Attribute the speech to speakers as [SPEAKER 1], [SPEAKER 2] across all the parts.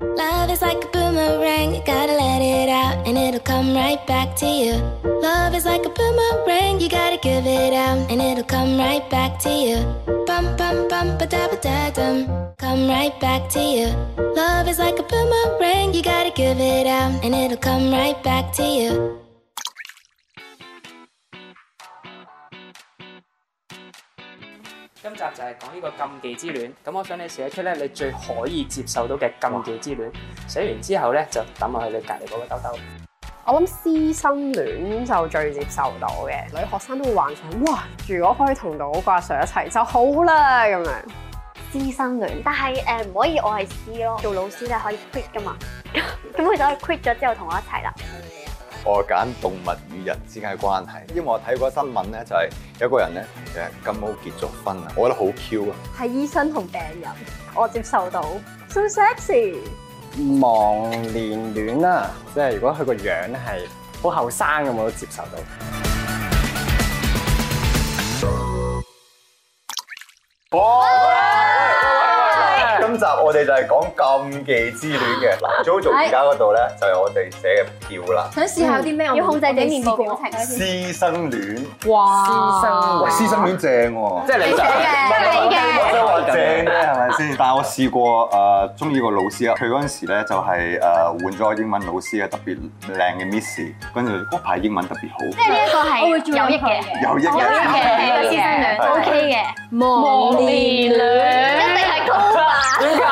[SPEAKER 1] Love is like a boomerang, you gotta let it out, and it'll come right back to you. Love is like a boomerang, you gotta give it out, and it'll come right back to you. Bum bum bum ba da ba da dum, come right back to you. Love is like a boomerang, you gotta give it out, and it'll come right back to you.
[SPEAKER 2] Hôm nay chúng ta sẽ nói về禁忌之戀 Tôi muốn bạn viết ra những gì bạn có thể chấp nhận được trong禁忌之戀Viết xong rồi, bạn bỏ vào bên cạnh của bạn
[SPEAKER 3] 我諗師生戀就最接受到嘅，女學生都會幻想，哇！如果可以同到個阿 Sir 一齊就好啦咁樣。
[SPEAKER 4] 師生戀，但係誒唔可以我係 C 咯，做老師咧可以 quit 噶嘛， 咁佢就可以 quit 咗之後同我一齊啦。
[SPEAKER 5] 我揀動物與人之間嘅關係，因為我睇過新聞咧，就係、有個人咧誒金毛結咗婚啊，我覺得好 Q 啊！
[SPEAKER 4] 係醫生同病人，我接受到。So sexy，
[SPEAKER 6] 忘年戀啦，即係如果佢個樣係好後生咁，我都接受到。
[SPEAKER 5] 哇！今集我哋就係講禁忌之戀嘅，嗱，Jojo 而家嗰度咧就係我哋寫嘅票啦，
[SPEAKER 7] 想試下有啲咩？
[SPEAKER 3] 啊
[SPEAKER 4] 要控制你面部
[SPEAKER 7] 部
[SPEAKER 4] 表情。
[SPEAKER 5] 師生戀，
[SPEAKER 3] 哇！
[SPEAKER 5] 喂，師生戀正喎，
[SPEAKER 6] 即係你
[SPEAKER 4] 嘅你嘅
[SPEAKER 5] 我想話正啫，係咪先？但係我試過誒中意個老師啊，佢嗰陣時咧就係誒呃換咗英文老師嘅特別靚嘅 Miss，跟住嗰排英文特別好，
[SPEAKER 4] 即係呢一個
[SPEAKER 7] 我會
[SPEAKER 4] 係
[SPEAKER 7] 做
[SPEAKER 4] 有益
[SPEAKER 7] 佢
[SPEAKER 4] 嘅，
[SPEAKER 7] 嘅
[SPEAKER 5] 有益
[SPEAKER 4] 有益嘅呢個師生戀
[SPEAKER 5] 係
[SPEAKER 4] ，OK 嘅，
[SPEAKER 3] 忘年
[SPEAKER 4] 一
[SPEAKER 3] 戀
[SPEAKER 4] 定係高吧？
[SPEAKER 6] 點解？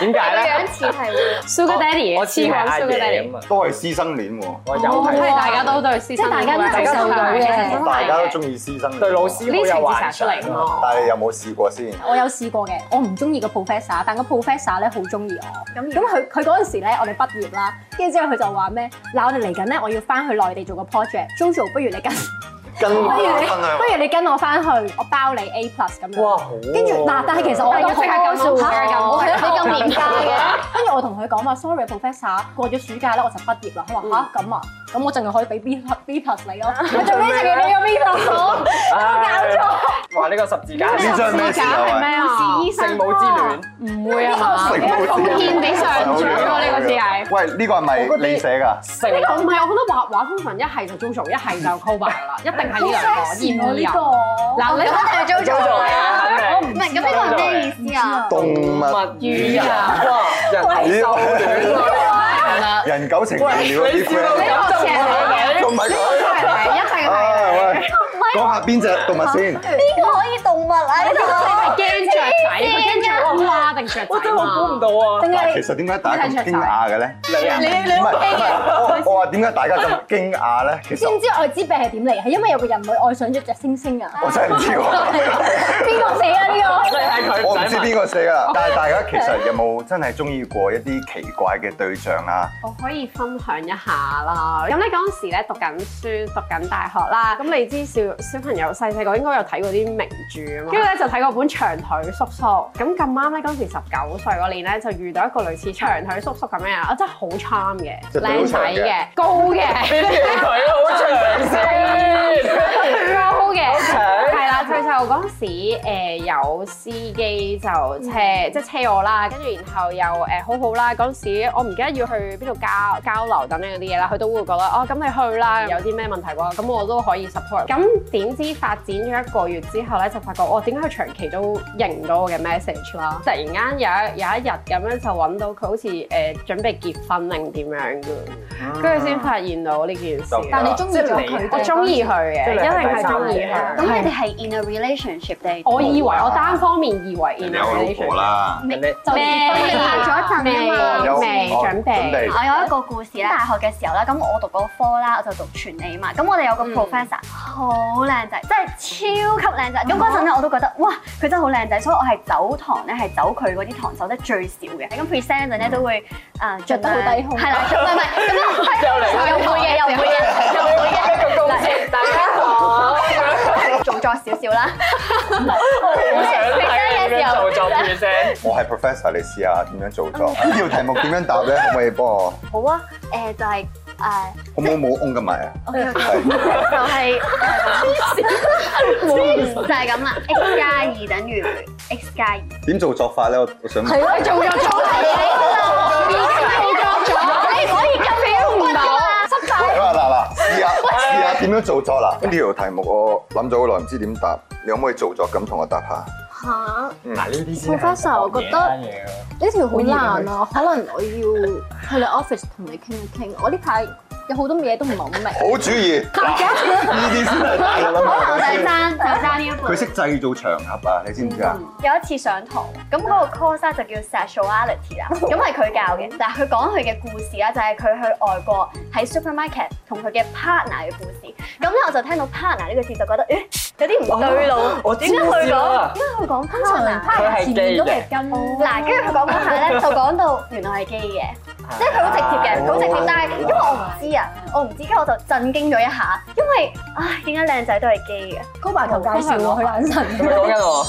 [SPEAKER 6] 點
[SPEAKER 4] 個
[SPEAKER 6] 解咧？
[SPEAKER 4] 樣似係會，
[SPEAKER 3] ，Sugar Daddy，
[SPEAKER 6] 我似係阿
[SPEAKER 3] 黐
[SPEAKER 6] 爺
[SPEAKER 3] 線
[SPEAKER 6] 咁啊！
[SPEAKER 5] 都係師生戀喎。
[SPEAKER 6] 我有係
[SPEAKER 3] 大家都對師生戀
[SPEAKER 4] 即係大家都接受到嘅
[SPEAKER 5] 大家都中意師生戀
[SPEAKER 6] 對老
[SPEAKER 2] 啊
[SPEAKER 6] 師好有幻想
[SPEAKER 3] 呢情節寫出嚟㗎嘛
[SPEAKER 5] 但係你有冇試過先？
[SPEAKER 7] 我有試過嘅，我唔中意個 professor，但個 professor 咧好中意我。咁佢佢嗰陣時咧，我哋畢業啦，跟住之後佢就話咩？嗱，我哋嚟緊咧，我要翻去內地做個 project，Jojo，不如你跟，
[SPEAKER 5] 跟
[SPEAKER 7] 不如
[SPEAKER 5] 分
[SPEAKER 7] 你
[SPEAKER 5] 享
[SPEAKER 7] 不如你跟我翻去，我包你 A plus 咁樣。
[SPEAKER 6] 哇，好喎
[SPEAKER 7] 跟住
[SPEAKER 2] 哦
[SPEAKER 7] 嗱，但係其實
[SPEAKER 4] 啊
[SPEAKER 7] 我覺得好搞笑
[SPEAKER 4] 咁
[SPEAKER 7] 我係一個
[SPEAKER 4] 咁廉價嘅，
[SPEAKER 7] 跟住我同佢講話，sorry professor，過咗暑假咧我就畢業啦。佢話吓，咁啊，咁我淨係可以俾 B plus B plus 你咯。佢最尾就要俾個 B plus 我，
[SPEAKER 6] 錯！哇，呢個十字架
[SPEAKER 5] 呢張咩事
[SPEAKER 3] 係咩
[SPEAKER 5] 啊？
[SPEAKER 3] 啊？
[SPEAKER 4] 醫
[SPEAKER 6] 聖
[SPEAKER 4] 生
[SPEAKER 6] 母之戀，
[SPEAKER 3] 唔會啊嘛？
[SPEAKER 5] 成冇
[SPEAKER 3] 奉獻俾上主
[SPEAKER 5] 喎，
[SPEAKER 3] 喎，呢個字啊係。
[SPEAKER 5] 喂，呢個係咪你寫㗎？
[SPEAKER 3] 呢
[SPEAKER 6] 聖
[SPEAKER 3] 個唔係，我覺得畫畫通常一係就 Jojo，一係就 Kobe 啦，一定係呢兩個
[SPEAKER 7] 我
[SPEAKER 3] 現
[SPEAKER 7] 啊呢
[SPEAKER 3] 呢
[SPEAKER 7] 個
[SPEAKER 3] 個。。嗱，你
[SPEAKER 4] 係
[SPEAKER 6] 母做嚟啊！
[SPEAKER 4] 唔係咁呢個係咩意思啊？
[SPEAKER 5] 動物
[SPEAKER 6] 物語人，哇，人
[SPEAKER 5] 咦
[SPEAKER 3] 係啦，
[SPEAKER 5] 人狗情未了
[SPEAKER 6] 你
[SPEAKER 5] 呢
[SPEAKER 6] 笑到
[SPEAKER 5] 款
[SPEAKER 6] 咁就
[SPEAKER 5] 仲
[SPEAKER 6] 唔係
[SPEAKER 5] 唔係佢？
[SPEAKER 3] 一定係
[SPEAKER 5] 啊喂，講下邊隻動物先？
[SPEAKER 4] 邊個可以動物啊？呢度
[SPEAKER 3] 驚雀仔，佢驚雀蛙定雀仔
[SPEAKER 6] 我真係我估唔到啊！
[SPEAKER 7] 定
[SPEAKER 5] 但係
[SPEAKER 7] 係
[SPEAKER 5] 其實點解大家咁驚訝嘅咧？
[SPEAKER 6] 你啊，
[SPEAKER 5] 唔係，我我話點解大家咁驚訝咧？其
[SPEAKER 7] 知唔
[SPEAKER 5] 實
[SPEAKER 7] 知愛滋病係點嚟？係因為有個人類愛上咗隻星星啊！
[SPEAKER 5] 我真係唔知喎。
[SPEAKER 7] 邊個死啊？呢
[SPEAKER 6] 你係佢
[SPEAKER 5] 我唔
[SPEAKER 6] 仔
[SPEAKER 5] 知
[SPEAKER 6] 嘛
[SPEAKER 5] 邊個寫噶，但係大家其實有冇真係中意過一啲奇怪嘅對象啊？
[SPEAKER 3] 我可以分享一下啦。咁你嗰陣時咧讀緊書、讀緊大學啦，咁你知小小朋友細細個應該有睇過啲名著啊嘛。跟住咧就睇過本長腿叔叔，咁咁啱咧嗰陣時十九歲嗰年咧就遇到一個類似長腿叔叔咁樣人，我真係好 charm 嘅，
[SPEAKER 5] 隻腿好
[SPEAKER 3] 靚
[SPEAKER 5] 長
[SPEAKER 3] 仔
[SPEAKER 5] 嘅
[SPEAKER 3] 嘅，高嘅。
[SPEAKER 6] 邊條腿好長先？
[SPEAKER 3] 高嘅，
[SPEAKER 6] OK
[SPEAKER 3] 係啦，佢就嗰陣時、呃、有司機就車，即係車我啦，跟住然後又誒、呃好好啦。嗰陣時我唔記得要去邊度交交流等等嗰啲嘢啦，佢都會覺得哦，咁你去啦，有啲咩問題啩，咁我都可以 support。咁點知發展咗一個月之後咧，就發覺我點解佢長期都認唔到我嘅 message 啦？突然間有一有一日咁樣就揾到佢好似誒、呃、準備結婚定點樣嘅，跟嗯住先發現到呢件事
[SPEAKER 5] 就
[SPEAKER 3] 啦。
[SPEAKER 5] 唔
[SPEAKER 7] 個，但你中意咗佢嘅，
[SPEAKER 3] 我中意佢嘅，一定係中意
[SPEAKER 4] 咁
[SPEAKER 3] 佢。
[SPEAKER 4] 你哋係 in a relationship 定係啊
[SPEAKER 3] 我以為我單方面以為
[SPEAKER 5] 人
[SPEAKER 3] in
[SPEAKER 5] 哋
[SPEAKER 3] a
[SPEAKER 5] 有老婆
[SPEAKER 3] relationship，
[SPEAKER 5] 啦。
[SPEAKER 7] 未
[SPEAKER 6] 人哋
[SPEAKER 7] 就
[SPEAKER 3] 未
[SPEAKER 4] 你行咗一陣
[SPEAKER 3] 未
[SPEAKER 4] 啊嘛
[SPEAKER 5] 有
[SPEAKER 3] 未
[SPEAKER 5] 哦
[SPEAKER 3] 準
[SPEAKER 5] 準備
[SPEAKER 3] 備。
[SPEAKER 4] 我有一個故事咧，大學嘅時候咧，咁我讀嗰個科啦，我就讀傳理嘛。咁我哋有個
[SPEAKER 7] 嗯
[SPEAKER 4] professor 好靚仔，真係超級靚
[SPEAKER 7] 嗯
[SPEAKER 4] 仔。咁嗰陣咧，我都覺得哇，佢真係好靚仔，所以我係走堂咧係走佢嗰啲堂走得最少嘅。咁 present 嗰陣咧都會誒
[SPEAKER 7] 嗯着得好低胸
[SPEAKER 4] 係啦，唔係唔係咁樣係又會嘅，又會嘅，又會嘅。 做作少少啦，
[SPEAKER 6] 好想睇你嘅做作表聲。
[SPEAKER 5] 我係 professor，你試下點樣做作？啊呢條題目點樣答咧？可唔可以幫我？
[SPEAKER 4] 好啊，誒就係誒。
[SPEAKER 5] 可唔可以冇嗡咁埋啊？
[SPEAKER 4] 就係就係咁啦，x 加二等於 x 加二。
[SPEAKER 5] 點做作法咧？我我想
[SPEAKER 7] 係咯，做咗做係你
[SPEAKER 4] 哎
[SPEAKER 5] 點樣做作啦？呢條題目我諗咗好耐，唔知點答。你可唔可以做作咁同我答下？
[SPEAKER 8] 嚇，
[SPEAKER 6] 嗱呢啲先係
[SPEAKER 8] Professor，我覺得
[SPEAKER 6] 學嘢啦
[SPEAKER 8] 呢條好難啊！可能我要去你 office 同你傾一傾。我呢排有好多嘢都唔係好明。
[SPEAKER 5] 好主意，嗱呢啲先係 大嘅啦嘛係
[SPEAKER 4] 我
[SPEAKER 5] 咪
[SPEAKER 4] 就
[SPEAKER 5] 先。
[SPEAKER 4] 爭就爭呢一
[SPEAKER 5] 佢
[SPEAKER 4] 半。
[SPEAKER 5] 識製造場合啊，你知唔知啊？
[SPEAKER 4] 有一次上堂，咁嗰個 course 咧就叫 sexuality 啦， 咁係佢教嘅，但係佢講佢嘅故事啦，就係佢去外國喺 supermarket 同佢嘅 partner 嘅故事。咁咧我就聽到 partner 呢個字就覺得，咦，有啲唔對路，點解佢講？
[SPEAKER 5] 啊
[SPEAKER 4] 點解佢講
[SPEAKER 8] 通常
[SPEAKER 4] partner？
[SPEAKER 8] partner 前面都係跟
[SPEAKER 4] 嗱，跟住佢講講下咧，就講到原來係基嘅，即係佢好直接嘅，佢好直接。但係因為我唔知啊，我唔知，跟住我就震驚咗一下，因為唉，點解靚仔都係基嘅？
[SPEAKER 7] 高白求介紹哦喎，佢眼神
[SPEAKER 2] 佢講緊我。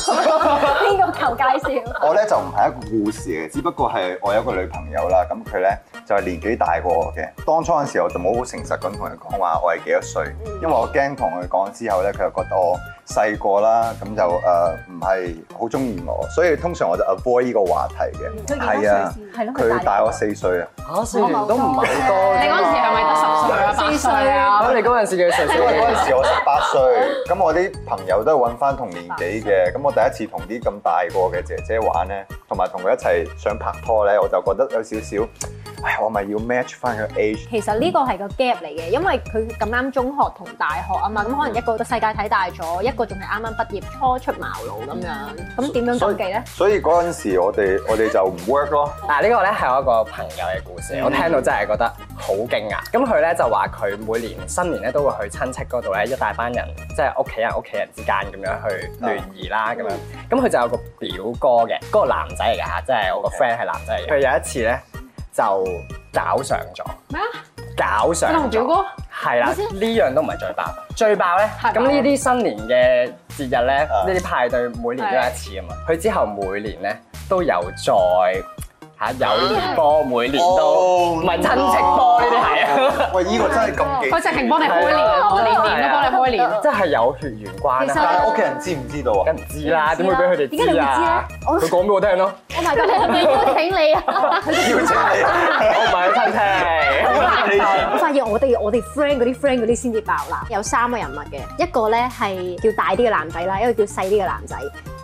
[SPEAKER 7] 邊個求介紹？
[SPEAKER 5] 我咧就唔係一個故事嘅，只不過係我有一個女朋友啦，咁佢咧就係年紀大過我嘅。當初嗰陣時候我就冇好誠實咁同佢講話我係幾多歲，因為我驚同佢講之後咧，佢又覺得我細個啦，咁就誒唔係好中意我，所以通常我就 avoid 呢個話題
[SPEAKER 7] 嗯
[SPEAKER 5] 嘅。係啊，
[SPEAKER 7] 係咯，
[SPEAKER 5] 佢大我四歲啊，
[SPEAKER 6] 嚇四年都唔係好多。
[SPEAKER 3] 你嗰陣時係咪得十歲啊、八歲啊？
[SPEAKER 6] 啊？你嗰陣 時嘅純
[SPEAKER 5] 因
[SPEAKER 6] 粹
[SPEAKER 5] 為嗰陣時我十八歲，咁我啲朋友都係揾翻同年紀嘅，咁我第一次同啲咁大個嘅姐姐玩咧，同埋同佢一齊想拍拖咧，我就覺得有少少，唉，我咪要 match 翻佢 age。
[SPEAKER 7] 其實呢個係個 gap 嚟嘅，因為佢咁啱中學同大學啊嘛，咁可能一個世界睇大咗，一個仲係啱啱畢業初出茅廬咁樣，咁點樣禁忌咧？
[SPEAKER 5] 所以嗰陣時我哋我哋就唔 work 咯。
[SPEAKER 6] 嗱呢個咧係我一個朋友嘅故
[SPEAKER 3] 嗯
[SPEAKER 6] 事，我聽到真係覺得好驚訝。咁佢咧就話佢每年新年咧都會去親戚嗰度咧，一大班人即係屋企人屋企人之間咁樣去聯誼啦
[SPEAKER 3] 嗯
[SPEAKER 6] 咁樣。咁佢就有個表哥嘅，嗰、個男仔嚟㗎嚇，即係我個 friend 係男仔嚟嘅。佢有一次咧就搞上咗
[SPEAKER 3] 咩啊？
[SPEAKER 6] 搞上
[SPEAKER 3] 你同表哥
[SPEAKER 6] 咗。係啦，呢樣都唔係最爆，最爆咧，咁呢啲新年嘅節日咧，
[SPEAKER 5] 啊
[SPEAKER 6] 呢啲派對每年都有一次啊嘛，佢之後每年咧都有再嚇友
[SPEAKER 7] 啊
[SPEAKER 6] 誼波，每年
[SPEAKER 7] 哦
[SPEAKER 6] 都唔係親戚波呢啲係啊，
[SPEAKER 5] 喂，呢個真係禁忌。
[SPEAKER 3] 佢直情幫你開年啊，我年年都幫你開年。
[SPEAKER 6] 即係有血緣關
[SPEAKER 7] 其
[SPEAKER 6] 係
[SPEAKER 7] 實，
[SPEAKER 5] 但係屋企人知唔知道啊？
[SPEAKER 6] 梗唔知啦，點會俾佢哋知啊？佢講俾我聽咯，
[SPEAKER 8] Oh my god！係咪邀請你啊？
[SPEAKER 5] 邀請
[SPEAKER 6] 我唔係佢親戚，
[SPEAKER 5] 你，
[SPEAKER 7] 我發現我哋我哋 friend 嗰啲 friend 嗰啲先至爆啦，有三個人物嘅，一個咧係叫大啲嘅男仔啦，一個叫細啲嘅男仔，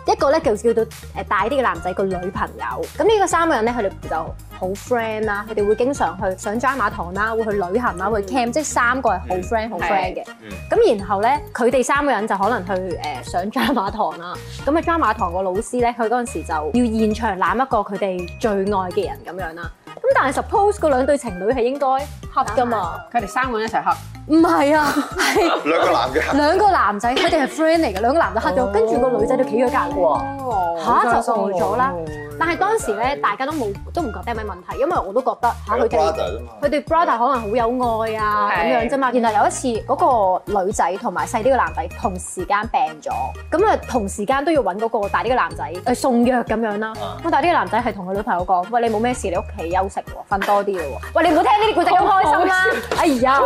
[SPEAKER 7] 一個咧叫叫到誒大啲嘅男仔個女朋友。咁呢個三個人咧，佢哋就好 friend 啦，佢哋會經常去上抓馬堂啦，會去旅行啦，會 camp，即係三個嗯係好 friend 好 friend 嘅。咁然後咧，佢哋三個人就可能去誒上抓馬堂啦。咁啊抓馬堂個老師咧，佢嗰陣時就要現場攬一個佢哋最愛嘅人咁樣啦。咁但係 suppose 嗰兩對情侶係應該恰噶嘛？
[SPEAKER 3] 佢哋三個人一齊黑，
[SPEAKER 7] 唔係啊， 係
[SPEAKER 5] 兩個男嘅。
[SPEAKER 7] 兩個男仔，佢哋係 friend 嚟嘅，兩個男仔黑咗，跟住個女仔就企咗隔離，哦嚇就傻咗啦。但係當時咧，大家都冇都唔覺得有咩問題，因為我都覺得嚇佢哋。
[SPEAKER 5] brother 啫嘛。
[SPEAKER 7] 佢哋 brother 可能好有愛啊
[SPEAKER 3] 係
[SPEAKER 7] 咁樣啫嘛。然後有一次嗰個女仔同埋細啲嘅男仔同時間病咗，咁啊同時間都要揾嗰個大啲嘅男仔誒送藥咁樣啦。咁大啲嘅男仔係同佢女朋友講：喂，你冇咩事，你屋企休息喎，瞓多啲咯喎。喂，你唔好聽呢啲故仔咁開心啦。哎呀，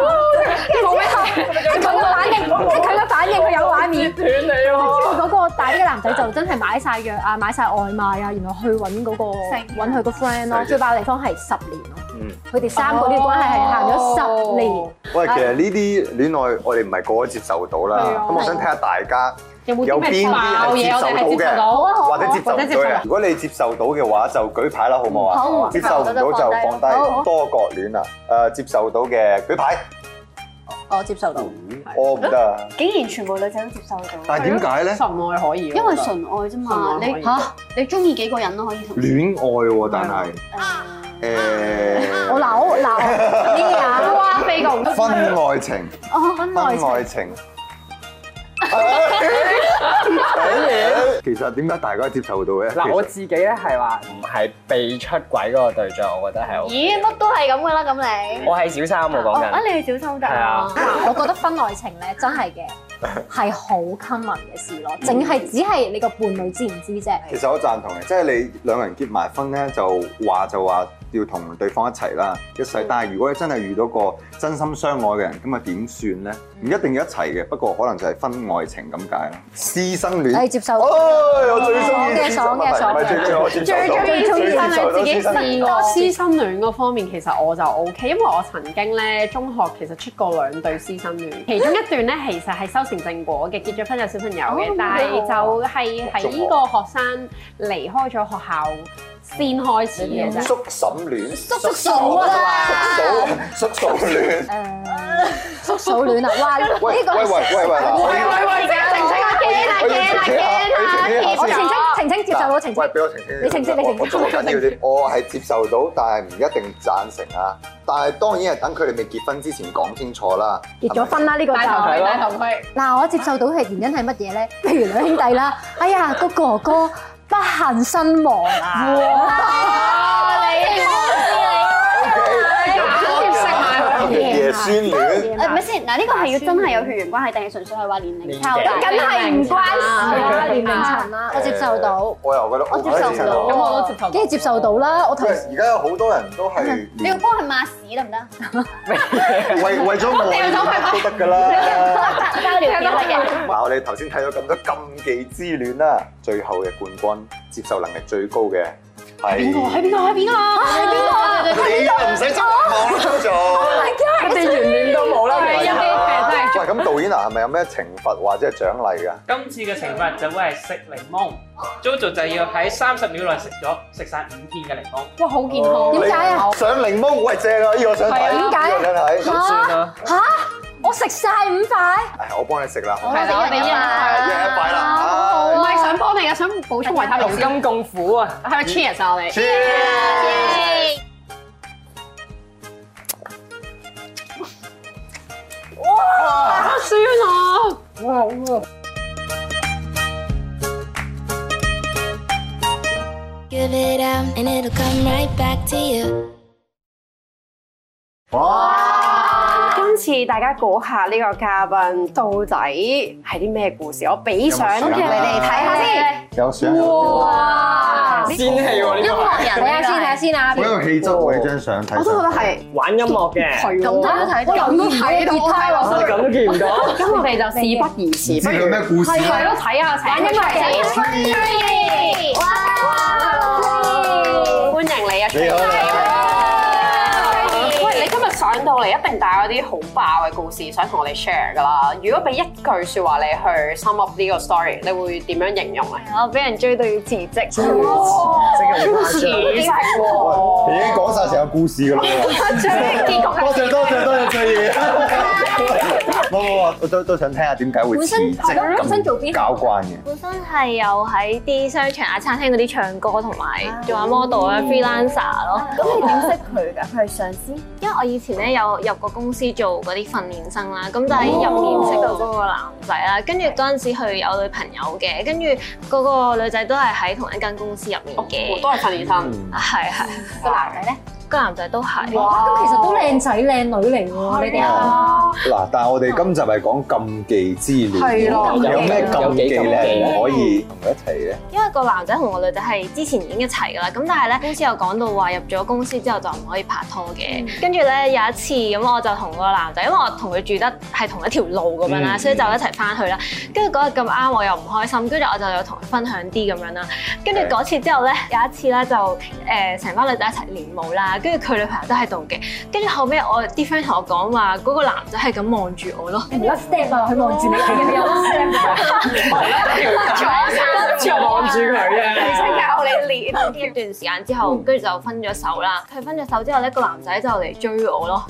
[SPEAKER 7] 冇咩事，係佢嘅反應，即係佢嘅反應，佢有畫面。
[SPEAKER 6] 斷你
[SPEAKER 7] 跟
[SPEAKER 6] 喎！
[SPEAKER 7] 住嗰個大啲嘅男仔就真係買晒藥啊，買晒外賣啊，然後去揾嗰、個揾佢個 friend 咯。
[SPEAKER 5] 細啲
[SPEAKER 7] 最爆嘅地方係十年咯
[SPEAKER 5] 嗯，
[SPEAKER 7] 佢哋三個呢個關係係行咗十年。
[SPEAKER 5] 喂，其實呢啲戀愛我哋唔係個個接受到啦。
[SPEAKER 7] 啊
[SPEAKER 5] 咁我想睇下大家有邊啲係接受到嘅，
[SPEAKER 8] 啊
[SPEAKER 5] 或者接受唔到嘅。如果你接受到嘅話，就舉牌啦，好唔好啊？
[SPEAKER 8] 好
[SPEAKER 5] 接受唔到就放低。多角戀啊！誒，接受到嘅舉牌，
[SPEAKER 8] 我接受到，
[SPEAKER 5] 我唔得啊。
[SPEAKER 4] 竟然全部女仔都接受到，
[SPEAKER 5] 但係點解咧？
[SPEAKER 3] 純愛可以。
[SPEAKER 8] 因為純愛啫嘛。
[SPEAKER 3] 純愛可以
[SPEAKER 8] 你嚇你中意幾個人都可以同。
[SPEAKER 5] 戀愛喎，但係誒，
[SPEAKER 7] 我嗱我嗱咩啊？
[SPEAKER 3] 哇，飛過唔得。
[SPEAKER 5] 婚外情，婚外 情。 其實點解大家接受到嘅？
[SPEAKER 6] 嗱我自己咧係話唔係被出軌嗰個對象，我覺得係 OK
[SPEAKER 8] 咦，乜都係咁噶啦，咁你。
[SPEAKER 6] 我係小三我講緊
[SPEAKER 7] 哦
[SPEAKER 4] 啊，。你要小心得
[SPEAKER 6] 係啊
[SPEAKER 4] 啊！
[SPEAKER 7] 我覺得婚外情咧真係嘅。係好 common 嘅事咯，淨係只係你個伴侶知唔知啫？
[SPEAKER 5] 其實我贊同嘅，即係你兩個人結埋婚咧，就話就話要同對方一齊啦，一世。但係如果你真係遇到個真心相愛嘅人，咁啊點算咧？唔一定要一齊嘅，不過可能就係婚外情咁解啦。師生戀，
[SPEAKER 7] 係接受
[SPEAKER 5] 哎我最中意師生
[SPEAKER 7] 爽
[SPEAKER 5] 問
[SPEAKER 7] 嘅
[SPEAKER 5] 題
[SPEAKER 7] 爽嘅
[SPEAKER 5] 唔係最中意我接受
[SPEAKER 7] 最
[SPEAKER 5] 到
[SPEAKER 7] 最中意
[SPEAKER 5] 接受到
[SPEAKER 3] 自己
[SPEAKER 5] 師生戀
[SPEAKER 3] 試過師生戀嗰方面，其實我就 O K，因為我曾經咧中學其實出過兩對師生戀，其中一段咧其實係修成正果嘅，結咗婚有小朋友嘅，但係就係喺呢個學生離開咗學校先開始嘅啫。
[SPEAKER 5] 叔嬸戀，
[SPEAKER 7] 叔嫂啊，
[SPEAKER 5] 叔嫂戀。
[SPEAKER 7] 叔嫂戀啊，哇！呢個
[SPEAKER 5] 喂喂喂
[SPEAKER 7] 係
[SPEAKER 5] 喂喂！
[SPEAKER 3] 喂，澄清啊，
[SPEAKER 5] 我要澄清下
[SPEAKER 7] 我澄清澄清接受到
[SPEAKER 5] 澄
[SPEAKER 7] 澄
[SPEAKER 5] 喂，
[SPEAKER 7] 清，
[SPEAKER 5] 俾我澄清。
[SPEAKER 7] 你澄清你澄清
[SPEAKER 5] 我做緊要啲，我係接受到，但係唔一定贊成啊。但係當然係等佢哋未結婚之前講清楚啦。
[SPEAKER 7] 結咗婚啦呢個就
[SPEAKER 3] 戴頭盔，戴頭盔。
[SPEAKER 7] 嗱，我接受到嘅原因係乜嘢咧？譬如兩兄弟啦，哎呀個哥哥不幸身亡 à." 啊！
[SPEAKER 5] 係咪？爺孫戀，
[SPEAKER 4] 誒咪先嗱，呢個係要真係有血緣關係，定係純粹係話年齡差好
[SPEAKER 6] 年
[SPEAKER 4] 大
[SPEAKER 6] 紀？
[SPEAKER 7] 梗係唔關事啦，年齡層啦，我接受到，
[SPEAKER 5] 我又覺得
[SPEAKER 4] 我接受唔到
[SPEAKER 3] 咁我都接受到
[SPEAKER 7] 跟住接受到啦，我
[SPEAKER 5] 因
[SPEAKER 7] 頭
[SPEAKER 5] 為而家有好多人都係
[SPEAKER 4] 你要幫佢抹屎得唔得？
[SPEAKER 5] 為為咗愛都得㗎啦。
[SPEAKER 4] 交條件乜嘢？
[SPEAKER 5] 嗱，我哋頭先睇咗咁多禁忌之戀啦，最後嘅冠軍接受能力最高嘅係邊個？係邊個？係邊個？係邊個？你又唔使執望啦，做。
[SPEAKER 3] 啊
[SPEAKER 6] 一啲懸念都冇
[SPEAKER 7] 啊
[SPEAKER 6] 啦，
[SPEAKER 3] 係
[SPEAKER 6] 其
[SPEAKER 3] 一
[SPEAKER 6] 實
[SPEAKER 3] 啲嘢真係
[SPEAKER 5] 喂，咁導演啊，係咪有咩懲罰或者係獎勵㗎？
[SPEAKER 2] 今次嘅懲罰就會係食檸檬，Jojo 就要喺三十秒內食咗食晒五片嘅檸檬。
[SPEAKER 3] 哇，好健康。
[SPEAKER 7] 點解啊？
[SPEAKER 5] 上檸檬，喂正啊！呢個想睇，
[SPEAKER 7] 點解
[SPEAKER 5] 呢
[SPEAKER 7] 啊
[SPEAKER 5] 個想睇。
[SPEAKER 6] 算啦。
[SPEAKER 7] 嚇，我食晒五塊，
[SPEAKER 5] 唉，我幫你食啦，
[SPEAKER 3] 係啦，我哋一
[SPEAKER 5] 一
[SPEAKER 3] 人
[SPEAKER 5] 人一塊啦。
[SPEAKER 3] 唔
[SPEAKER 5] 唉
[SPEAKER 3] 係想幫你嘅，啊想補充維他命
[SPEAKER 6] 同
[SPEAKER 3] 先。
[SPEAKER 6] 甘共苦啊！
[SPEAKER 3] 係咪 cheers 啊？我哋
[SPEAKER 5] Cheers！
[SPEAKER 3] 好酸啊！
[SPEAKER 1] Give it out and it'll come right back to you.
[SPEAKER 5] 啊
[SPEAKER 3] 今次大家估下呢個嘉賓到底係啲咩故事？我俾相
[SPEAKER 5] 有冇
[SPEAKER 3] 你
[SPEAKER 5] 相啊
[SPEAKER 3] 哋睇下先。
[SPEAKER 5] 有相啊有
[SPEAKER 3] 哇！
[SPEAKER 6] 仙氣喎呢個，
[SPEAKER 7] 睇下先睇下先啊！
[SPEAKER 5] 好有氣質喎！呢張相睇上，
[SPEAKER 3] 我都覺得係
[SPEAKER 6] 玩音樂嘅，
[SPEAKER 7] 哦
[SPEAKER 3] 佢咁
[SPEAKER 7] 睇都
[SPEAKER 3] 我留意睇
[SPEAKER 7] 睇到
[SPEAKER 3] 到太
[SPEAKER 7] à?
[SPEAKER 6] 我
[SPEAKER 3] 落
[SPEAKER 6] 咁都見唔到。
[SPEAKER 3] 咁我哋就事不宜遲，
[SPEAKER 5] 知
[SPEAKER 3] 不
[SPEAKER 5] 佢
[SPEAKER 3] 如
[SPEAKER 5] 咩故事
[SPEAKER 7] 啊
[SPEAKER 3] 係咯，睇下請一齊先。歡迎你啊！
[SPEAKER 5] 你好你
[SPEAKER 3] 好。喂，你今日上到嚟一定帶咗啲好爆嘅故事想同我哋 share 噶啦。如果俾一句説話你去 sum up 呢個 story，你會點樣形容咧？
[SPEAKER 4] 我俾人追到要辭職。
[SPEAKER 3] 似食喎，
[SPEAKER 5] 已經講晒成個故事㗎啦喎。
[SPEAKER 3] 最結局係
[SPEAKER 7] 啊
[SPEAKER 5] 多謝多謝多謝翠怡。 冇冇冇，我都都想聽下點解會辭職
[SPEAKER 7] 本身做邊
[SPEAKER 5] 咁搞慣嘅。
[SPEAKER 4] 本身係有喺啲商場啊、餐廳嗰啲唱歌，同埋做下 model 啊、freelancer 咯。
[SPEAKER 8] 嗯咁你點識佢㗎？佢係上司。
[SPEAKER 4] 因為我以前咧有入過公司做嗰啲訓練生啦，咁就喺
[SPEAKER 8] 哦
[SPEAKER 4] 入面識到嗰個男仔啦，跟住嗰陣時佢有女朋友嘅，跟住嗰個女仔都係喺同一間公司入面嘅，
[SPEAKER 3] 哦都係訓練生。
[SPEAKER 7] 嗯
[SPEAKER 4] 係係
[SPEAKER 8] 個男仔咧，
[SPEAKER 4] 個男仔都係。
[SPEAKER 3] 哇
[SPEAKER 7] 咁其實都靚仔靚女嚟喎，你哋
[SPEAKER 5] 啊嗱，但係我哋今集係講禁忌之戀
[SPEAKER 3] 係咯
[SPEAKER 5] 喎，有咩禁忌咧唔可以同佢一齊咧？
[SPEAKER 4] 因為個男仔同個女仔係之前已經一齊㗎啦，咁但係咧公司有講到話入咗公司之後就唔可以拍拖嘅，跟住咧有一次咁我就同個男仔，因為我同佢住得係同一條路咁樣啦，
[SPEAKER 6] 嗯
[SPEAKER 4] 所以就一齊翻去啦。跟住嗰日咁啱我又唔開心，跟住我就有同佢分享啲咁樣啦。跟住嗰次之後咧，有一次咧就誒成班女仔一齊練舞啦，跟住佢女朋友都喺度嘅，跟住後尾我啲 friend 同我講話嗰個男仔係咁望住 我咯。
[SPEAKER 7] 而家 step à, 啊，佢望住你，你有 step 啊？
[SPEAKER 6] 之後望住佢啊！
[SPEAKER 4] 教你 練。一段時間之
[SPEAKER 6] 嗯
[SPEAKER 4] 後，跟住就分咗手啦。佢分咗手之後咧，個男仔就嚟追我咯。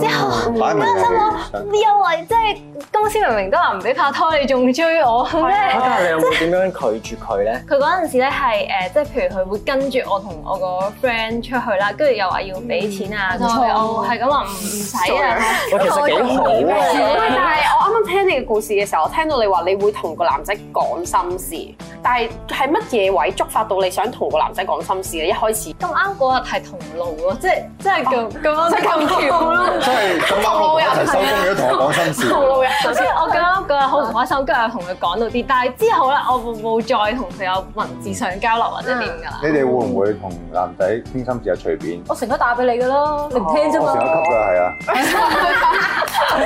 [SPEAKER 5] 之後擺明係
[SPEAKER 4] 因為即係公司明明都話唔俾拍拖，你仲追我咩？
[SPEAKER 6] 但係啊你有冇點樣拒絕佢咧？
[SPEAKER 4] 佢嗰陣時咧係誒，即係譬如佢會跟住我同我個 friend 出去啦，跟住又話要俾錢啊，咁我係咁話唔使啊。
[SPEAKER 6] 我其實幾好啊！
[SPEAKER 3] 但係我啱啱聽你嘅故事嘅時候，我聽到你話你會同個男仔講心事，但係係乜嘢位觸發到你想同個男仔講心事咧？一開始
[SPEAKER 4] 咁啱嗰日係同路咯，即係即係咁咁啱咁巧
[SPEAKER 5] 真係咁啱我一齊收工，你都同我講心事。
[SPEAKER 9] 套路人。首先我覺得嗰日好唔開心，跟住同佢講到啲，但係之後咧，我冇冇再同佢有文字上交流或者點㗎啦。
[SPEAKER 5] 你哋會唔會同男仔傾心事啊？隨便，
[SPEAKER 9] 我成日打俾你㗎啦，你唔聽
[SPEAKER 5] 我成日級㗎， 係啊，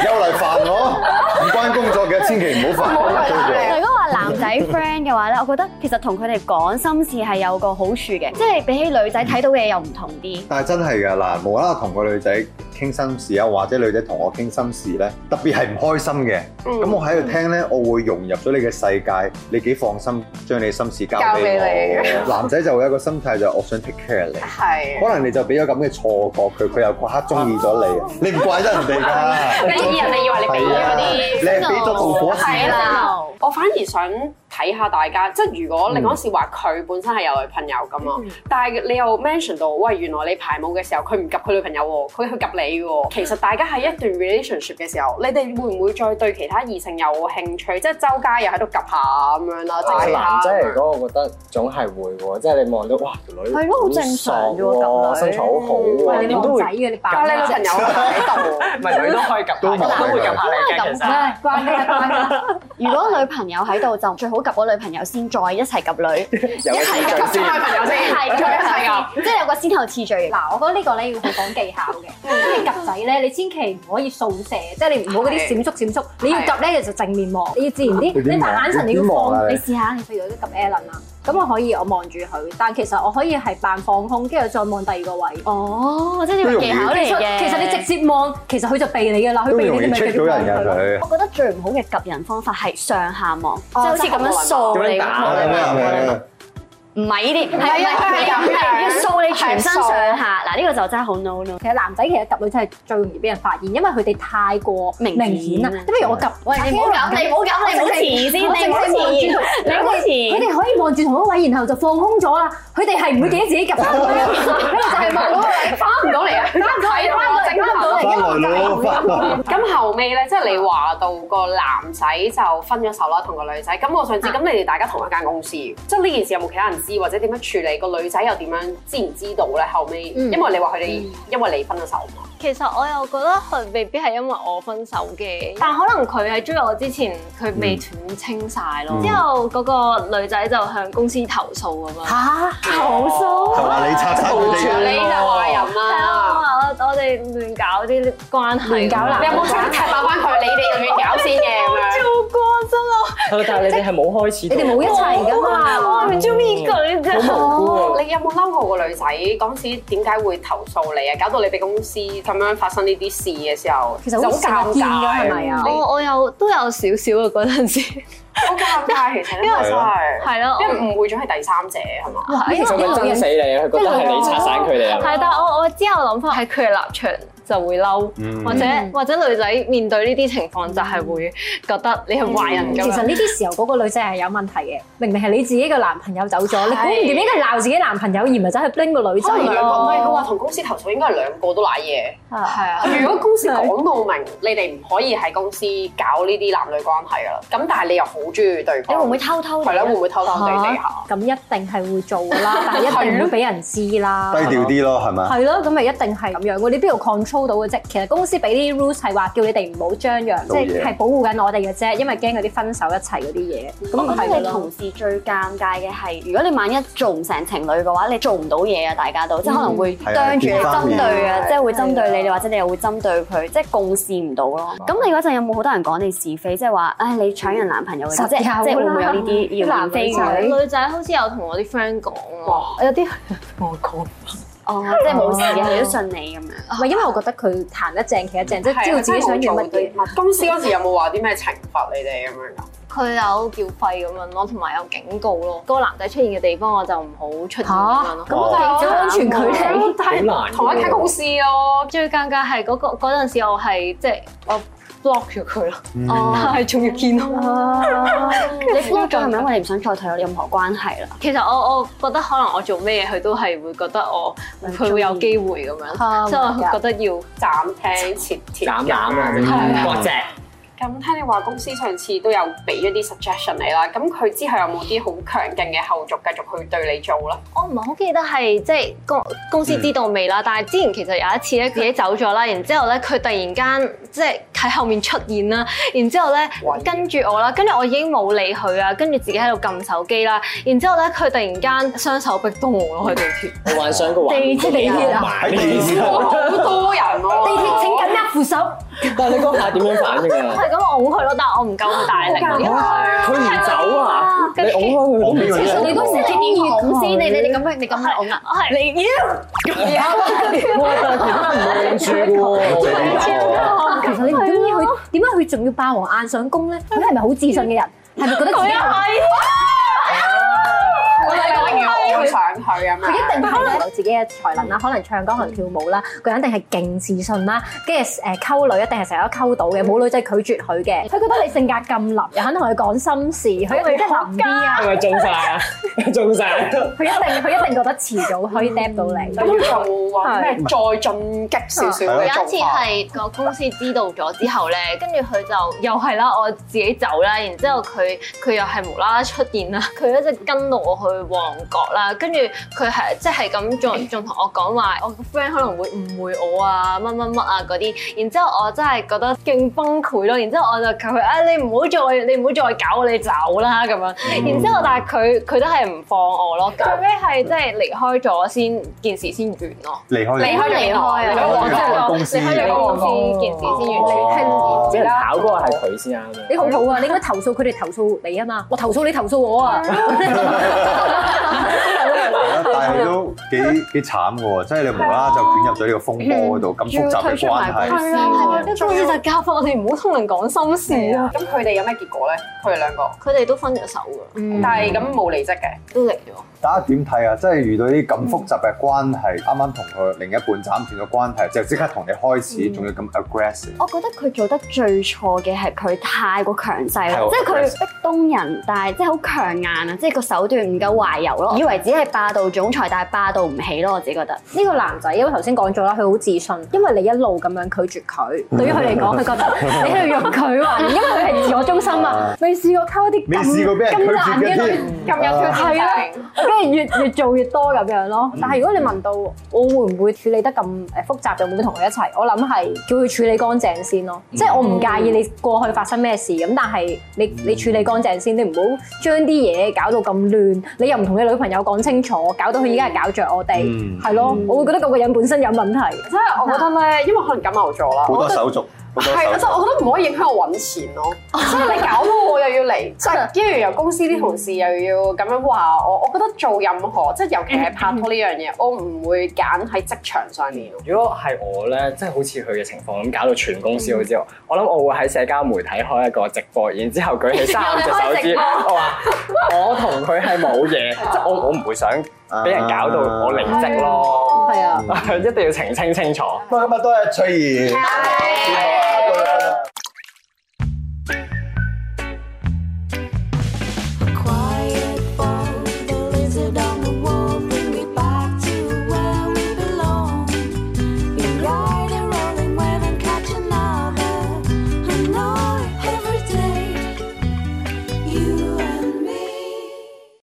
[SPEAKER 5] 又嚟煩我，唔關工作嘅，千祈唔好煩我。對
[SPEAKER 4] 但如果話男仔 friend 嘅話咧，我覺得其實同佢哋講心事係有個好處嘅，即係比起女仔睇到嘅嘢又唔同啲。
[SPEAKER 5] 但係真係㗎嗱，無啦啦同個女仔傾心事啊，或者女仔同我傾心事咧，特別係唔開心嘅，咁我喺度聽咧，我會融入咗你嘅世界，你幾放心將你心事交俾我。 男仔就會有一個心態就係我想 take care 你，
[SPEAKER 3] 係。
[SPEAKER 5] 可能你就俾咗咁嘅錯覺佢，佢又嗰刻中意咗你啊，你唔怪得人哋㗎。
[SPEAKER 9] 你以人哋以為你俾咗嗰啲，
[SPEAKER 5] 你係俾咗導火
[SPEAKER 4] 啊
[SPEAKER 5] 線。
[SPEAKER 3] 啦，我反而想睇下大家，即係如
[SPEAKER 7] 嗯
[SPEAKER 3] 果你嗰時話佢本身係有女朋友噶嘛，但係你又 mention 到，喂，原來你排舞嘅時候佢唔及佢女朋友喎，佢去及你
[SPEAKER 7] 嗯
[SPEAKER 3] 喎。其實大家喺一段 relationship 嘅時候，你哋會唔會再對其他異性有興趣？即係周街又喺度及下咁樣
[SPEAKER 7] 啊
[SPEAKER 3] 啦，即
[SPEAKER 7] 哦
[SPEAKER 3] 係啊其他
[SPEAKER 6] 男仔嚟講，我覺得總係會喎，即係你望到哇條女
[SPEAKER 7] 係咯好正常啫喎
[SPEAKER 6] 喎，
[SPEAKER 7] 咁樣
[SPEAKER 6] 身材好好
[SPEAKER 7] 喂
[SPEAKER 6] 喎，
[SPEAKER 7] 你
[SPEAKER 6] 點都
[SPEAKER 7] 望
[SPEAKER 6] 會
[SPEAKER 7] 仔嘅你
[SPEAKER 3] 但
[SPEAKER 7] 扮
[SPEAKER 3] 係你女朋友喺度。
[SPEAKER 6] 唔係女都可以及，
[SPEAKER 5] 都
[SPEAKER 6] 都
[SPEAKER 5] 冇
[SPEAKER 6] 會及下你嘅其實。
[SPEAKER 4] 唉，關咩關咩？如果女朋友喺度，就最好及咗女朋友先，再一齊及女。
[SPEAKER 6] 有個
[SPEAKER 4] 一齊
[SPEAKER 6] 秩序先，
[SPEAKER 4] 係
[SPEAKER 3] 再一齊夾，
[SPEAKER 4] 即係有個先後次序嘅。
[SPEAKER 7] 嗱，我覺得呢個咧要好講技巧嘅，因為夾仔咧，你千祈唔可以掃射，即係你唔好嗰啲閃縮閃縮，你要夾咧你就正面望，你要自然
[SPEAKER 5] 你點
[SPEAKER 7] 啲，你
[SPEAKER 5] 望
[SPEAKER 7] 但眼神你要
[SPEAKER 5] 你點望啊
[SPEAKER 7] 放，
[SPEAKER 5] 你
[SPEAKER 7] 你試下，你譬如嗰啲夾 Allen 啊，咁我可以我望住佢，但其實我可以係扮放空，跟住再望第二個位。
[SPEAKER 4] 哦，即係呢個技巧嚟嘅。
[SPEAKER 7] 其實你直接望，其實佢就避你嘅啦，佢
[SPEAKER 5] 都
[SPEAKER 7] 避
[SPEAKER 5] 容易
[SPEAKER 7] 你咪繼
[SPEAKER 5] check 到
[SPEAKER 7] 續望佢咯。
[SPEAKER 5] 人㗎
[SPEAKER 4] 我覺得最唔好嘅及人方法係上下望，即係好似咁樣
[SPEAKER 6] 咁
[SPEAKER 4] 掃
[SPEAKER 6] 樣
[SPEAKER 4] 你
[SPEAKER 6] 打
[SPEAKER 5] 啊
[SPEAKER 4] 望
[SPEAKER 6] 咁樣
[SPEAKER 5] 佢。
[SPEAKER 4] 唔係呢啲，係
[SPEAKER 3] 係啊
[SPEAKER 4] 唔係
[SPEAKER 3] 係啊係啊
[SPEAKER 4] 係要掃你全身
[SPEAKER 3] 係掃
[SPEAKER 4] 上下。嗱，呢個就真係好 no no。
[SPEAKER 7] 其實男仔其實及女仔係最容易俾人發現，因為佢哋太過
[SPEAKER 4] 明
[SPEAKER 7] 明
[SPEAKER 4] 顯啊
[SPEAKER 7] 顯啦。即譬如我及，喂
[SPEAKER 4] 你唔好咁，你唔好咁，你唔好遲先，你唔好遲，你唔好
[SPEAKER 7] 佢
[SPEAKER 4] 遲。
[SPEAKER 7] 哋可以望住同一位，然後就放空咗啦。佢哋係唔會記得自己及翻佢哋就係望到佢翻唔到嚟 啊，翻唔到嚟，翻唔到嚟，翻唔到嚟。
[SPEAKER 5] 翻來 咯，翻來。
[SPEAKER 3] 咁後尾咧，即係你話到個男仔就分咗手啦，同個女仔。咁我想知，咁你哋大家同一間公司，即係呢件事有冇其他人知，或者點樣處理？個女仔又點樣知唔知道咧？後尾，因為你話佢哋因為你分咗手嘛，
[SPEAKER 9] 其實我又覺得佢未必係因為我分手嘅，但可能佢喺追我之前，佢
[SPEAKER 3] 嗯
[SPEAKER 9] 未斷清晒咯。之後嗰個女仔就向公司投訴咁樣。
[SPEAKER 3] 投訴
[SPEAKER 5] 就話你拆散佢
[SPEAKER 3] 你
[SPEAKER 5] 哋，
[SPEAKER 3] 就話人
[SPEAKER 9] 係啊，我
[SPEAKER 3] 啦。
[SPEAKER 9] 話我我哋亂搞啲關係，亂搞
[SPEAKER 3] 你有冇想踢爆翻佢？你哋又亂搞先嘅咁樣。
[SPEAKER 9] 做過真啊？
[SPEAKER 6] 係但係你哋係冇開始到，
[SPEAKER 7] 你哋冇一齊㗎
[SPEAKER 9] 我
[SPEAKER 7] 嘛？
[SPEAKER 9] 唔中意佢啫。
[SPEAKER 6] 好無辜喎。
[SPEAKER 3] 你有冇嬲過個女仔嗰陣時點解會投訴你啊？搞到你哋公司咁樣發生呢啲事嘅時候，
[SPEAKER 7] 其實好
[SPEAKER 3] 就
[SPEAKER 7] 常見㗎係咪啊
[SPEAKER 9] 我我有都有少少啊嗰陣時，
[SPEAKER 3] 好尷尬，其實因為
[SPEAKER 5] 為
[SPEAKER 3] 真係，
[SPEAKER 9] 係咯，
[SPEAKER 3] 因
[SPEAKER 9] 我
[SPEAKER 3] 為誤會咗係第三者係嘛？
[SPEAKER 9] 係
[SPEAKER 6] 其實佢憎死你啊！佢覺得係你拆散佢哋啊！
[SPEAKER 9] 係，但我我之後諗翻喺佢嘅立場就會嬲，
[SPEAKER 5] 嗯
[SPEAKER 9] 或者或者女仔面對呢啲情況就係會覺得你
[SPEAKER 4] 嗯
[SPEAKER 9] 係壞人咁
[SPEAKER 7] 其
[SPEAKER 9] 樣。
[SPEAKER 7] 實呢啲時候嗰個女仔係有問題嘅，明明係你自己嘅男朋友走咗，你估唔掂應該係鬧自己男朋友，而唔係走去拎個女仔
[SPEAKER 3] 可能兩個唔係佢話
[SPEAKER 7] 嗯咯。
[SPEAKER 3] 同公司投訴，應該係兩個都賴嘢。
[SPEAKER 9] 係啊，
[SPEAKER 3] 如果公司講到明，你哋唔可以喺公司搞呢啲男女關係噶啦，咁但係你又好中意對
[SPEAKER 4] 你
[SPEAKER 3] 方，
[SPEAKER 4] 會唔會偷偷？啊
[SPEAKER 3] 係啦？會唔會偷偷地地下？
[SPEAKER 7] 咁一定係會做㗎啦，但係一定唔會俾人知啦。
[SPEAKER 5] 低調啲咯，係咪？
[SPEAKER 7] 係咯，咁咪一定係咁樣喎。你邊度 control 到嘅啫？其實公司俾啲 rules 係話叫你哋唔好張揚，即
[SPEAKER 5] 做嘢
[SPEAKER 7] 係係保護緊我哋嘅啫，因為驚嗰啲分手一齊嗰啲嘢。
[SPEAKER 9] 哦
[SPEAKER 4] 我
[SPEAKER 7] 咁
[SPEAKER 4] 覺得
[SPEAKER 7] 係
[SPEAKER 4] 你
[SPEAKER 7] 咯
[SPEAKER 4] 同。事最尷尬嘅係，如果你萬一做唔成情侶嘅話，你做唔到嘢啊！大家都即係可能會
[SPEAKER 5] 係啊
[SPEAKER 4] 啄住你
[SPEAKER 5] 見翻
[SPEAKER 4] 針
[SPEAKER 5] 面
[SPEAKER 4] 對啊，即係會針對你，
[SPEAKER 7] 係
[SPEAKER 4] 或者你又會針對佢，即係共事唔到咯。咁你嗰陣有冇好多人講你是非，即係話，唉，你搶人男朋友嘅，
[SPEAKER 7] 實
[SPEAKER 4] 即係
[SPEAKER 7] 有
[SPEAKER 4] 即係會唔會有
[SPEAKER 7] 啦
[SPEAKER 4] 呢啲謠言蜚 語？
[SPEAKER 9] 女仔好似有同我啲 friend 講啊，有啲同我講。
[SPEAKER 4] 哦，即係冇事嘅，佢都信你咁樣。
[SPEAKER 7] 唔係，因為我覺得佢彈得正企得正，即
[SPEAKER 3] 啊
[SPEAKER 7] 係知道自己想要乜嘢。
[SPEAKER 3] 嘢。公司嗰時有冇話啲咩懲罰你哋咁樣㗎？
[SPEAKER 9] 佢有叫廢咁樣咯，同埋有警告咯。嗰個男仔出現嘅地方我就唔好出現咁樣咯。
[SPEAKER 5] 咁我
[SPEAKER 7] 就安全距離
[SPEAKER 3] 但係
[SPEAKER 6] 好難㗎喎
[SPEAKER 3] 同一間公司咯。
[SPEAKER 9] 最尷尬係嗰個嗰陣時，我係即係我 block 咗佢咯，
[SPEAKER 5] 嗯哦
[SPEAKER 9] 但係仲要見到。
[SPEAKER 4] 你 block 咗係咪因為你唔想再同佢有任何關係啦？
[SPEAKER 9] 其實我我覺得可能我做咩嘢佢都係會覺得我佢會有機會
[SPEAKER 3] 哦
[SPEAKER 4] 啊
[SPEAKER 9] 咁樣，所以我覺得要
[SPEAKER 3] 暫停切貼
[SPEAKER 6] 斬攬啊！
[SPEAKER 3] 係啊
[SPEAKER 6] 割隻
[SPEAKER 3] 咁聽你話公司上次都有俾一啲 suggestion 你啦，咁佢之後有冇啲好強勁嘅後續繼續去對你做咧？
[SPEAKER 10] 我唔係好記得係即係公公司知道未啦，但係之前其實有一次咧自己走咗啦，然之後咧佢突然間即係喺後面出現啦，然之後咧跟住我啦，跟住我已經冇理佢啊，跟住自己喺度撳手機啦，然之後咧佢突然間雙手逼到我咯喺地鐵，
[SPEAKER 11] 我幻想個畫面
[SPEAKER 7] 地鐵
[SPEAKER 11] 幾浪
[SPEAKER 7] 啊
[SPEAKER 11] 漫
[SPEAKER 5] 喺地 鐵
[SPEAKER 3] 好
[SPEAKER 5] 度
[SPEAKER 3] 多人喎，
[SPEAKER 7] 地鐵請緊握扶手，
[SPEAKER 11] 但係你嗰下點樣反應
[SPEAKER 10] 我
[SPEAKER 11] 啊？
[SPEAKER 10] 係咁㧬佢咯，但係我唔夠佢大力啊咯，因為
[SPEAKER 11] 佢唔走啊！你
[SPEAKER 10] 跟住
[SPEAKER 11] 拱開
[SPEAKER 5] 哦
[SPEAKER 11] 佢都唔走啊，
[SPEAKER 4] 你公司你點講先？你你你咁樣你咁樣我啊？
[SPEAKER 10] 我係你
[SPEAKER 11] 哇！但係其他人唔會認住嘅喎。
[SPEAKER 7] 啊哦其實你唔中意佢，點解佢仲要霸王硬上弓咧？佢係咪好自信嘅人？係咪覺得自己
[SPEAKER 10] 啊
[SPEAKER 7] 好
[SPEAKER 3] 我哋講完我好想去啊咁
[SPEAKER 7] 佢一
[SPEAKER 3] 樣。
[SPEAKER 7] 定係有自己嘅才
[SPEAKER 10] 嗯
[SPEAKER 7] 能啦，可能唱歌、可能跳舞啦，佢一定係勁自信啦，跟住誒溝女一定係成日都溝到
[SPEAKER 10] 嗯
[SPEAKER 7] 嘅，冇女仔拒絕佢嘅。佢覺得你性格咁腍，又肯同佢講心事，佢一定即係腍啲啊！
[SPEAKER 11] 係咪中晒啊？中晒！
[SPEAKER 7] 佢一定佢一定覺得遲早可以
[SPEAKER 10] 嗯
[SPEAKER 7] d 到你。
[SPEAKER 3] 咁就話咩再進擊少少
[SPEAKER 10] 有
[SPEAKER 3] 嘅
[SPEAKER 10] 一次
[SPEAKER 3] 做法，
[SPEAKER 10] 係個公司知道咗之後咧，跟住佢就又係啦，我自己走啦，然之後佢佢又係無啦啦出現啦， 佢一直跟到我去旺角啦，跟住佢係即係咁仲仲同我講話，我個 friend 可能會誤會我啊，乜乜乜啊嗰啲，然之後我真係覺得勁崩潰咯，然之後我就求佢啊，你唔好再你唔好再搞我，你走啦咁樣，然之後但係佢佢都係唔放我咯，最尾嗯係即係離開咗先件事先完咯。
[SPEAKER 5] 離開
[SPEAKER 10] 離
[SPEAKER 5] 你
[SPEAKER 10] 開離開啊！我真係
[SPEAKER 5] 公司
[SPEAKER 10] 離開咗公司件事先完全
[SPEAKER 5] 哦
[SPEAKER 11] 俾人跑嗰個係佢先啱嘅。
[SPEAKER 7] 你好好啊，你應該投訴佢哋投訴你啊嘛，我投訴你投訴我啊。
[SPEAKER 10] 嗯
[SPEAKER 5] 係咯但係都幾幾慘嘅喎，即係你無啦啦就捲入咗呢個風波嗰度，咁
[SPEAKER 3] 嗯
[SPEAKER 5] 複雜嘅關係。
[SPEAKER 10] 係啊！啲公司就教 訓我哋唔好同人講心事啊！
[SPEAKER 3] 咁佢哋有咩結果咧？佢哋兩個，
[SPEAKER 10] 佢哋都分咗手㗎啦，
[SPEAKER 3] 但係咁冇離職嘅。
[SPEAKER 10] 都離咗。
[SPEAKER 5] 大家點睇啊？即係遇到啲咁複雜嘅關係，啱啱同佢另一半斬斷咗關係，就即刻同你開始，仲要咁 aggressive。
[SPEAKER 4] 我覺得佢做得最錯嘅係佢太過強勢
[SPEAKER 5] 太
[SPEAKER 4] 啦
[SPEAKER 5] 過，
[SPEAKER 4] 即係佢逼東人，但係即係好強硬啊，即係個手段唔夠懷柔咯。以為只係霸道總裁，但係霸道唔起咯，我自己覺得。
[SPEAKER 7] 呢個男仔，因為頭先講咗啦，佢好自信，因為你一路咁樣拒絕
[SPEAKER 5] 嗯
[SPEAKER 7] 佢，對於佢嚟講，佢覺得 你喺度用佢話，因為佢係自我中心啊，未試過溝一啲
[SPEAKER 5] 未試過俾人拒絕
[SPEAKER 7] 咁難
[SPEAKER 5] 嘅
[SPEAKER 7] 嘅
[SPEAKER 5] 添
[SPEAKER 7] 女，，
[SPEAKER 5] 咁有挑
[SPEAKER 7] 係啦，跟住越越做越多咁樣
[SPEAKER 5] 嗯
[SPEAKER 7] 咯。但係如果你問到我會唔會處理得咁誒複雜，就會唔會同佢一齊？我諗係叫佢處理乾淨先咯。即係我唔介意你過去發生咩事咁，但係你你處理乾淨先，你唔好將啲嘢搞到咁亂，你又唔同你女朋友講清楚，搞到佢依家係搞着我哋，
[SPEAKER 5] 嗯
[SPEAKER 7] 係咯。我會覺得嗰個人本身有問題。
[SPEAKER 3] 即係我覺得咧，因為可能金牛座啦，
[SPEAKER 5] 好多手續，好多
[SPEAKER 3] 係，我
[SPEAKER 5] 手
[SPEAKER 3] 就
[SPEAKER 5] 續。
[SPEAKER 3] 我覺得唔可以影響我揾錢 咯，即係你搞到我又要嚟，即係跟住由公司啲同事又要咁樣話我，我覺得做任何即係尤其係拍拖呢樣
[SPEAKER 5] 嗯
[SPEAKER 3] 嘢，我唔會揀喺職場上面。
[SPEAKER 6] 如果係我咧，即係好似佢嘅情況咁，搞到全公司都知道。我諗我會喺社交媒體開一個直播，然之後舉起三隻手指，我話我同佢係冇嘢，即係我我唔會想
[SPEAKER 5] 啊
[SPEAKER 6] 俾人搞到我離職咯，
[SPEAKER 7] 係啊。
[SPEAKER 6] 一定要澄清清楚。
[SPEAKER 5] 咁啊，今日多謝翠兒。
[SPEAKER 1] Quiet fall, the lizard on the wall, bring me back to where we belong. You ride a rolling wave and catch another, another every day. You